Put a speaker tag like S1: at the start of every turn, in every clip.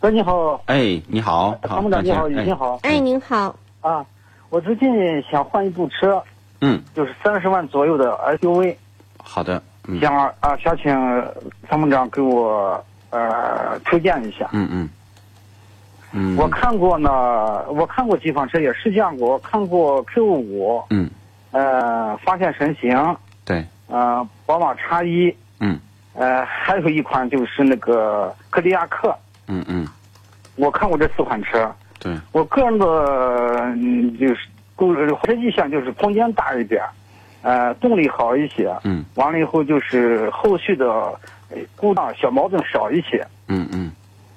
S1: 喂，你好，
S2: 哎，你好，
S1: 参谋长你好，
S2: 张
S1: 雨
S2: 先
S1: 欣
S2: 生，
S1: 好
S3: 哎，您好，
S1: 啊！我最近想换一部车，
S2: 嗯，
S1: 就是三十万左右的 SUV，
S2: 好的，嗯
S1: 想啊想请参谋长给我呃推荐一下。
S2: 嗯嗯嗯，
S1: 我看过呢，我看过几款车也试驾过，看过 Q 五，
S2: 嗯
S1: 呃，发现神行，
S2: 对，
S1: 呃，宝马叉一，
S2: 嗯
S1: 呃，还有一款就是那个克迪亚克。
S2: 嗯嗯
S1: 我看过这四款车，
S2: 对，
S1: 我个人的嗯就是购我的意向就是空间大一点，呃，动力好一些，
S2: 嗯
S1: 完了以后就是后续的呃故障小毛病少一些，
S2: 嗯嗯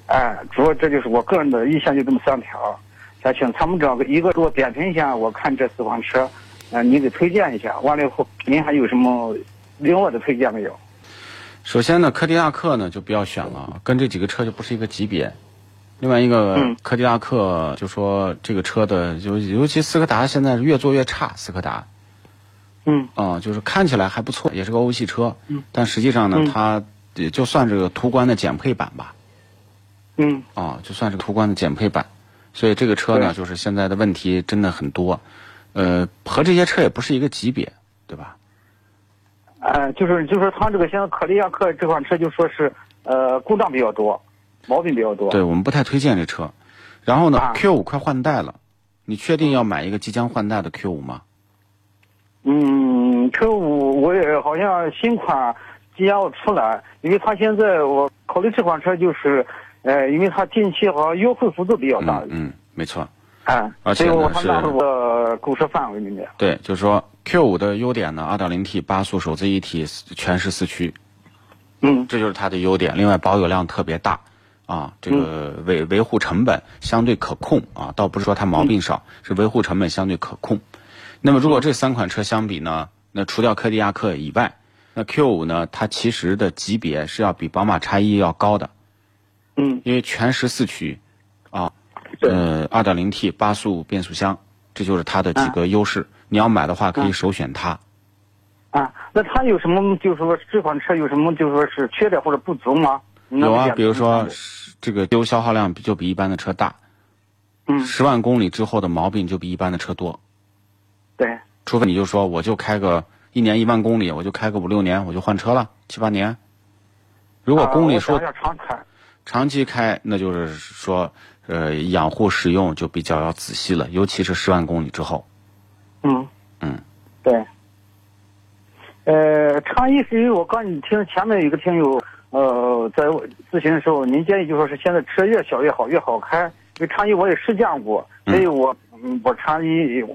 S1: 哎、主要这就是我个人的意向，就这么三条。想请参谋长一个给我点评一下，我看这四款车，呃，你给推荐一下。完了以后，您还有什么另外的推荐没有？
S2: 首先呢，柯迪亚克呢就不要选了，跟这几个车就不是一个级别。另外一个
S1: 嗯，
S2: 柯迪亚克就说这个车的，就尤其斯柯达现在是越做越差，斯柯达，
S1: 嗯
S2: 啊、就是看起来还不错，也是个欧系车，
S1: 嗯
S2: 但实际上呢，
S1: 嗯
S2: 它也就算是个途观的减配版吧，
S1: 嗯
S2: 啊、就算是个途观的减配版，所以这个车呢，
S1: 对
S2: 就是现在的问题真的很多，呃，和这些车也不是一个级别，对吧？
S1: 呃，就是就是他这个现在可利亚克这款车就说是呃故障比较多，毛病比较多。
S2: 对我们不太推荐这车。然后呢、
S1: 啊
S2: q 五快换代了，你确定要买一个即将换代的 Q 五吗？
S1: 嗯，Q 五我也好像新款即将要出来，因为它现在我考虑这款车就是，呃，因为它近期好像优惠幅度比较大
S2: 嗯，嗯，没错，
S1: 哎、
S2: 而且
S1: 所以
S2: 呢
S1: 我它
S2: 是
S1: 纳入我的购车范围里面。
S2: 对，就是说 Q 五的优点呢，二点零 T 八速手自一体全时四驱，
S1: 嗯
S2: 这就是它的优点。另外保有量特别大，啊，这
S1: 嗯
S2: 个维维护成本相对可控啊，倒不是说它毛
S1: 嗯
S2: 病少，是维护成本相对可控。那么如果这三款车相比呢，那除掉柯迪亚克以外，那 Q 五呢，它其实的级别是要比宝马叉一要高的，
S1: 嗯，
S2: 因为全时四驱，啊，
S1: 对
S2: 呃，二点零 T 八速变速箱，这就是它的几
S1: 嗯
S2: 个优势。你要买的话，可以
S1: 嗯
S2: 首选它。
S1: 啊，那它有什么就是说这款车有什么就是说是缺点或者不足吗？你能
S2: 有
S1: 给
S2: 啊，
S1: 点
S2: 比如
S1: 评一下
S2: 说
S1: 吗
S2: 是这个油消耗量比就比一般的车大，
S1: 嗯
S2: 十万公里之后的毛病就比一般的车多。
S1: 对，
S2: 除非你就说我就开个一年一万公里，我就开个五六年，我就换车了，七八年。如果公里
S1: 啊、
S2: 数
S1: 我想要长款，
S2: 长期开，那就是说，呃，养护使用就比较要仔细了，尤其是十万公里之后。
S1: 嗯，
S2: 嗯，
S1: 对。呃，差异是因为我刚你听前面有一个听友，呃，在咨询的时候，您建议就说是现在车越小越好，越好开。因为差异我也试驾过，
S2: 嗯
S1: 所以我嗯我差异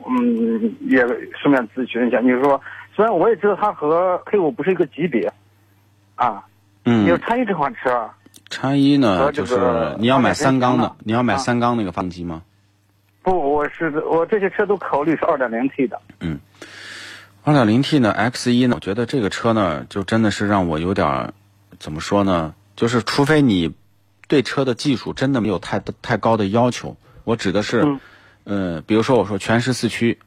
S1: 嗯也顺便咨询一下。你说，虽然我也知道它和 K 五不是一个级别，啊，因为
S2: 嗯，
S1: 差异这款车，
S2: 叉一呢，
S1: 和这
S2: 就
S1: 个
S2: 是你要买三缸
S1: 发
S2: 的
S1: 动，机
S2: 你要买
S1: 啊
S2: 三缸那个发动机吗？
S1: 不，我是我这些车都考虑是二点零 T 的。
S2: 二点零 T 呢，X 一呢，我觉得这个车呢，就真的是让我有点儿怎么说呢？就是除非你对车的技术真的没有太太高的要求，我指的是，呃，比如说我说全时四驱，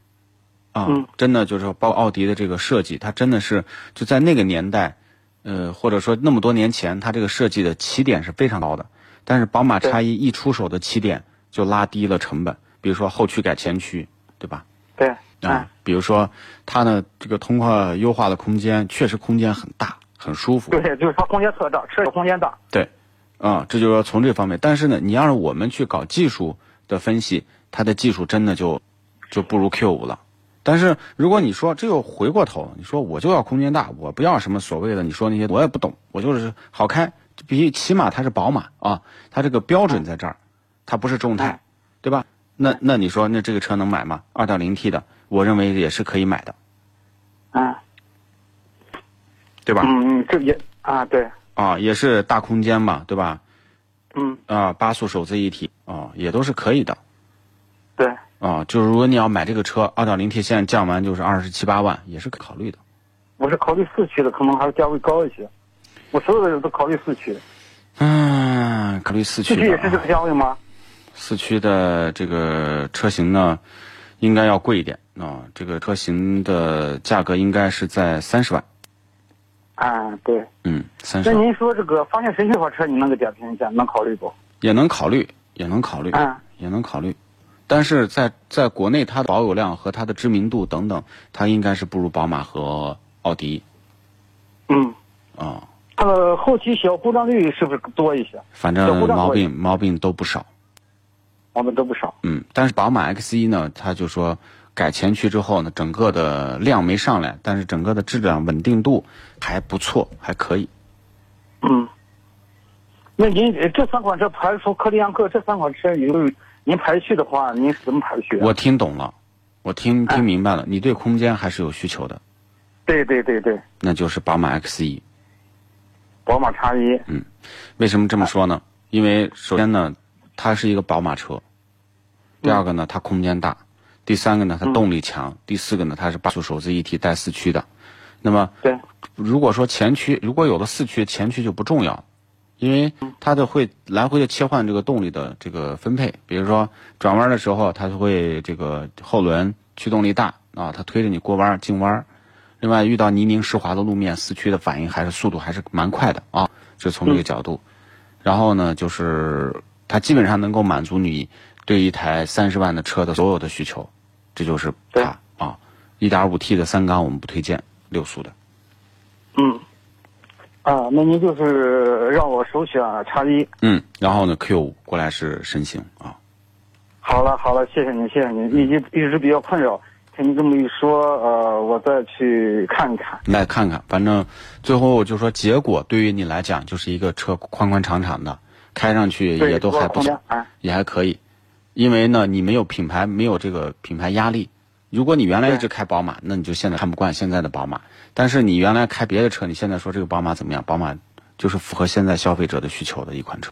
S2: 啊，
S1: 嗯
S2: 真的就是包括奥迪的这个设计，它真的是就在那个年代，呃，或者说那么多年前，它这个设计的起点是非常高的。但是宝马
S1: 对
S2: 叉一一出手的起点就拉低了成本，比如说后驱改前驱，对吧？
S1: 对，
S2: 啊，比如说它呢，这个通过优化的空间，确实空间很大，很舒服。
S1: 嗯，对，就是它空间特大，车也空间大。
S2: 对，啊，这就是说从这方面。但是呢，你要让我们去搞技术的分析，它的技术真的就就不如 Q 五了。但是如果你说这又回过头，你说我就要空间大，我不要什么所谓的你说那些我也不懂，我就是好开，比起码它是宝马啊，它这个标准在这儿，它不是众泰，对吧？那那你说那这个车能买吗？二点零 T 的，我认为也是可以买的，啊
S1: 嗯
S2: 对吧？
S1: 嗯，嗯，这也啊，对，
S2: 啊，也是大空间嘛，对吧？
S1: 嗯
S2: 啊，八速手自一体啊，也都是可以的。啊，就是如果你要买这个车，二点零 T 现在降完就是二十七八万，也是可考虑的。
S1: 我是考虑四驱的，可能还是价位高一些。我所有的人都考虑四驱，
S2: 嗯，考虑四
S1: 四
S2: 驱
S1: 驱也是这
S2: 的、
S1: 个
S2: 啊，
S1: 价位吗？
S2: 四驱的这个车型呢，应该要贵一点啊。这个车型的价格应该是在三十万，
S1: 啊，对。
S2: 嗯，三十
S1: 那
S2: 万
S1: 您说这个方向神奇跑车，你能给点评一下，能考虑不？
S2: 也能考虑，也能考虑，
S1: 嗯
S2: 也能考虑。但是在在国内，它的保有量和它的知名度等等，它应该是不如宝马和奥迪
S1: 嗯，
S2: 啊、
S1: 它的后期小故障率是不是多一些？
S2: 反
S1: 小
S2: 正
S1: 故障
S2: 毛
S1: 多一
S2: 病毛病都不少。
S1: 我们都不少。
S2: 嗯，但是宝马 X 一呢，它就说改前驱之后呢，整个的量没上来，但是整个的质量稳定度还不错，还可以。
S1: 嗯，那您呃这三款车排除科迪昂克这三款车，有您排序的话，您是怎么排序、啊？
S2: 我听懂了，我听听明白了，你对空间还是有需求的，
S1: 对对对对，
S2: 那就是宝马 X 一。
S1: 宝马叉一，
S2: 为什么这么说呢？因为首先呢，它是一个宝马车，第二个呢，它空间大，第三个呢，它动力强，第四个呢，它是八速手自一体带四驱的。那么
S1: 对，
S2: 如果说前驱如果有了四驱，前驱就不重要，因为它的会来回的切换这个动力的这个分配，比如说转弯的时候，它就会这个后轮驱动力大啊，它推着你过弯儿进弯儿。另外遇到泥泞湿滑的路面，四驱的反应还是速度还是蛮快的啊，这从这个角度。然后呢，就是它基本上能够满足你对一台三十万的车的所有的需求，这就是
S1: 对
S2: 它啊。一点五 T 的三缸我们不推荐，六速的。
S1: 嗯，啊，那您就是让我首选叉一。
S2: 嗯，然后呢，Q 五过来是神行啊，
S1: 好了好了，谢谢您，谢谢
S2: 嗯
S1: 您，一直一直比较困扰。听您这么一说，呃，我再去看一看。
S2: 你再看看，反正最后就说结果对于你来讲就是一个车宽宽长长的，开上去
S1: 对，
S2: 也都还不
S1: 空间
S2: 错，
S1: 啊，
S2: 也还可以，因为呢你没有品牌，没有这个品牌压力。如果你原来一直开宝马，那你就现在看不惯现在的宝马，但是你原来开别的车，你现在说这个宝马怎么样？宝马就是符合现在消费者的需求的一款车。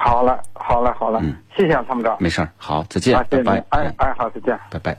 S1: 好了好了好了，谢谢啊，参谋长。
S2: 嗯没事儿，好，再见，
S1: 啊，谢谢
S2: 拜
S1: 您
S2: 拜，，
S1: 哎
S2: 嗯
S1: 哎，好，再见。
S2: 拜拜。